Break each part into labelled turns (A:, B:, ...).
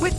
A: With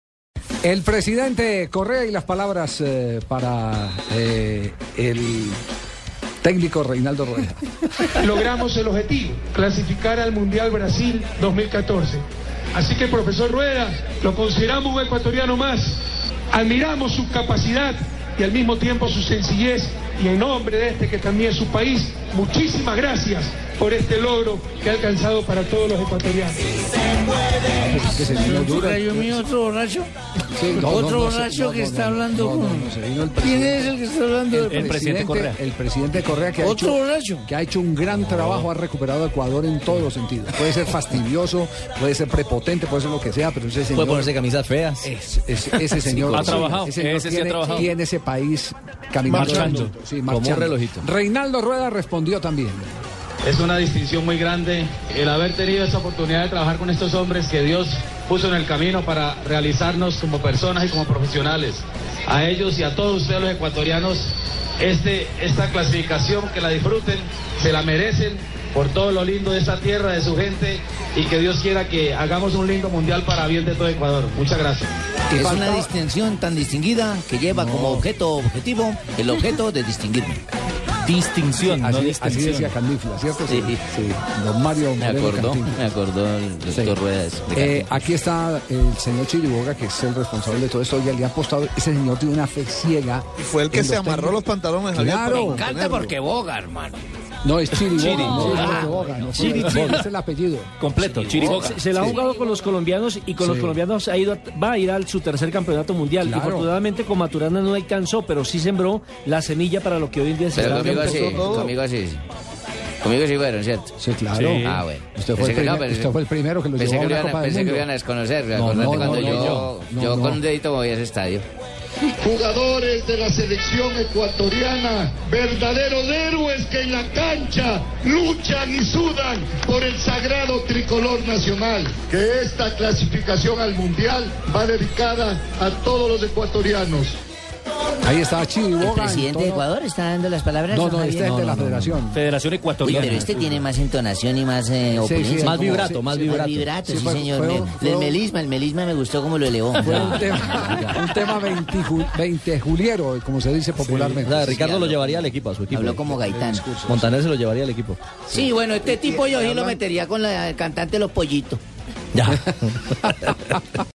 B: El presidente Correa y las palabras eh, para eh, el técnico Reinaldo Rueda.
C: logramos el objetivo, clasificar al Mundial Brasil 2014. Así que, profesor Rueda, lo consideramos un ecuatoriano más. Admiramos su capacidad y al mismo tiempo su sencillez. Y en nombre de este que también es su país, muchísimas gracias por este logro que ha alcanzado para todos los ecuatorianos.
B: Que se vino
D: ¿Tú
B: duro.
D: cayó mío otro borracho?
B: Sí, no,
D: otro
B: no, no,
D: borracho
B: no,
D: que
B: no,
D: está
B: no,
D: hablando
B: no, no,
D: con...
B: no, se vino el
D: ¿Quién
B: presidente.
D: es el que está hablando? del
B: El presidente Correa. El presidente Correa que ha,
D: Otro
B: hecho,
D: borracho.
B: que ha hecho un gran trabajo, ha recuperado a Ecuador en todos los sentidos. Puede ser fastidioso, puede ser prepotente, puede ser lo que sea, pero ese señor...
E: Puede ponerse camisas feas.
D: Eh,
B: es- es- ese señor
F: Ha trabajado,
B: ese señor
F: ese sí ha
B: tiene,
F: trabajado.
B: tiene ese país caminando
F: Marchando.
B: sí,
E: Como un
B: marchando.
E: relojito.
B: Reinaldo Rueda respondió también
C: Es una distinción muy grande el haber tenido esa oportunidad de trabajar con estos hombres que Dios puso en el camino para realizarnos como personas y como profesionales. A ellos y a todos ustedes los ecuatorianos, este, esta clasificación que la disfruten, se la merecen por todo lo lindo de esta tierra, de su gente y que Dios quiera que hagamos un lindo mundial para bien de todo Ecuador. Muchas gracias.
B: Y
E: Es
B: faltaba-
E: una distinción tan distinguida que lleva como objeto objetivo el objeto de distinguirme.
F: Distinción, no
B: así, así
F: distinción.
B: decía Cantinflas, ¿cierto?
E: Sí.
B: Don Mario
E: Me
B: Moreno
E: acordó,
B: Cantinflas.
E: me acordó el
B: Sí.
E: doctor Rueda. de eso, de
B: Eh,
E: Cartagena.
B: aquí está el señor Chiriboga, que es el responsable de todo esto. Y le ha apostado. Ese señor tiene una fe ciega. Y fue el que se amarró los pantalones. Claro.
D: Canta porque boga, hermano.
B: No, es Chiriboga.
F: Chiri.
B: no,
F: Ah.
B: Chiriboga, no,
F: Chiri,
B: Chiriboga,
F: Chiri.
B: ese es el apellido.
F: Completo, Chiriboga.
G: Se, se la ha jugado con los colombianos y con los
B: Sí.
G: colombianos ha ido a- va a ir al su tercer campeonato mundial.
B: Claro.
G: Afortunadamente con Maturana no alcanzó, pero sí sembró la semilla para lo que hoy en día se
E: Pero
G: está
E: conmigo
G: dando.
E: sí, conmigo sí. Conmigo sí fueron, ¿cierto?
B: Sí, claro.
E: Ah, bueno.
B: Usted fue,
E: Pensé
B: el
E: que no,
B: primer-
E: pensé-
B: usted fue el primero que lo
E: Pensé
B: llevó a
E: que lo
B: una
E: iban a-
B: Copa del
E: pensé que lo
B: Mundo.
E: iban a desconocer.
B: no,
E: acordate
B: no,
E: cuando
B: no,
E: yo,
B: no,
E: yo
B: no.
E: con un dedito me voy a ese estadio.
C: Jugadores de la selección ecuatoriana, verdaderos héroes que en la cancha luchan y sudan por el sagrado tricolor nacional. Que esta clasificación al mundial va dedicada a todos los ecuatorianos.
B: Ahí está Chiriboga.
E: ¿El
B: en
E: presidente de
B: tono-
E: Ecuador está dando las palabras?
B: No,
E: don
B: no,
E: Javier?
B: este es de la federación.
F: Federación
E: Uy,
F: Ecuatoriana.
E: pero este tiene más entonación y más eh,
B: Sí, sí,
E: opulencia,
B: es
E: como-
B: más vibrato, más vibrato.
E: vibrato,
B: Sí,
E: sí,
B: fue-
E: señor.
B: fue-
E: Me-
B: fue-
E: del melisma, el melisma me gustó como lo elevó.
B: Fue un tema, un tema 20, ju- 20 juliero, como se dice popularmente.
E: Ricardo lo llevaría al equipo, a su equipo. Habló como Gaitán. Montaner se lo llevaría al equipo. Sí, bueno, este tipo yo sí lo metería con la- el cantante Los Pollitos. Ya.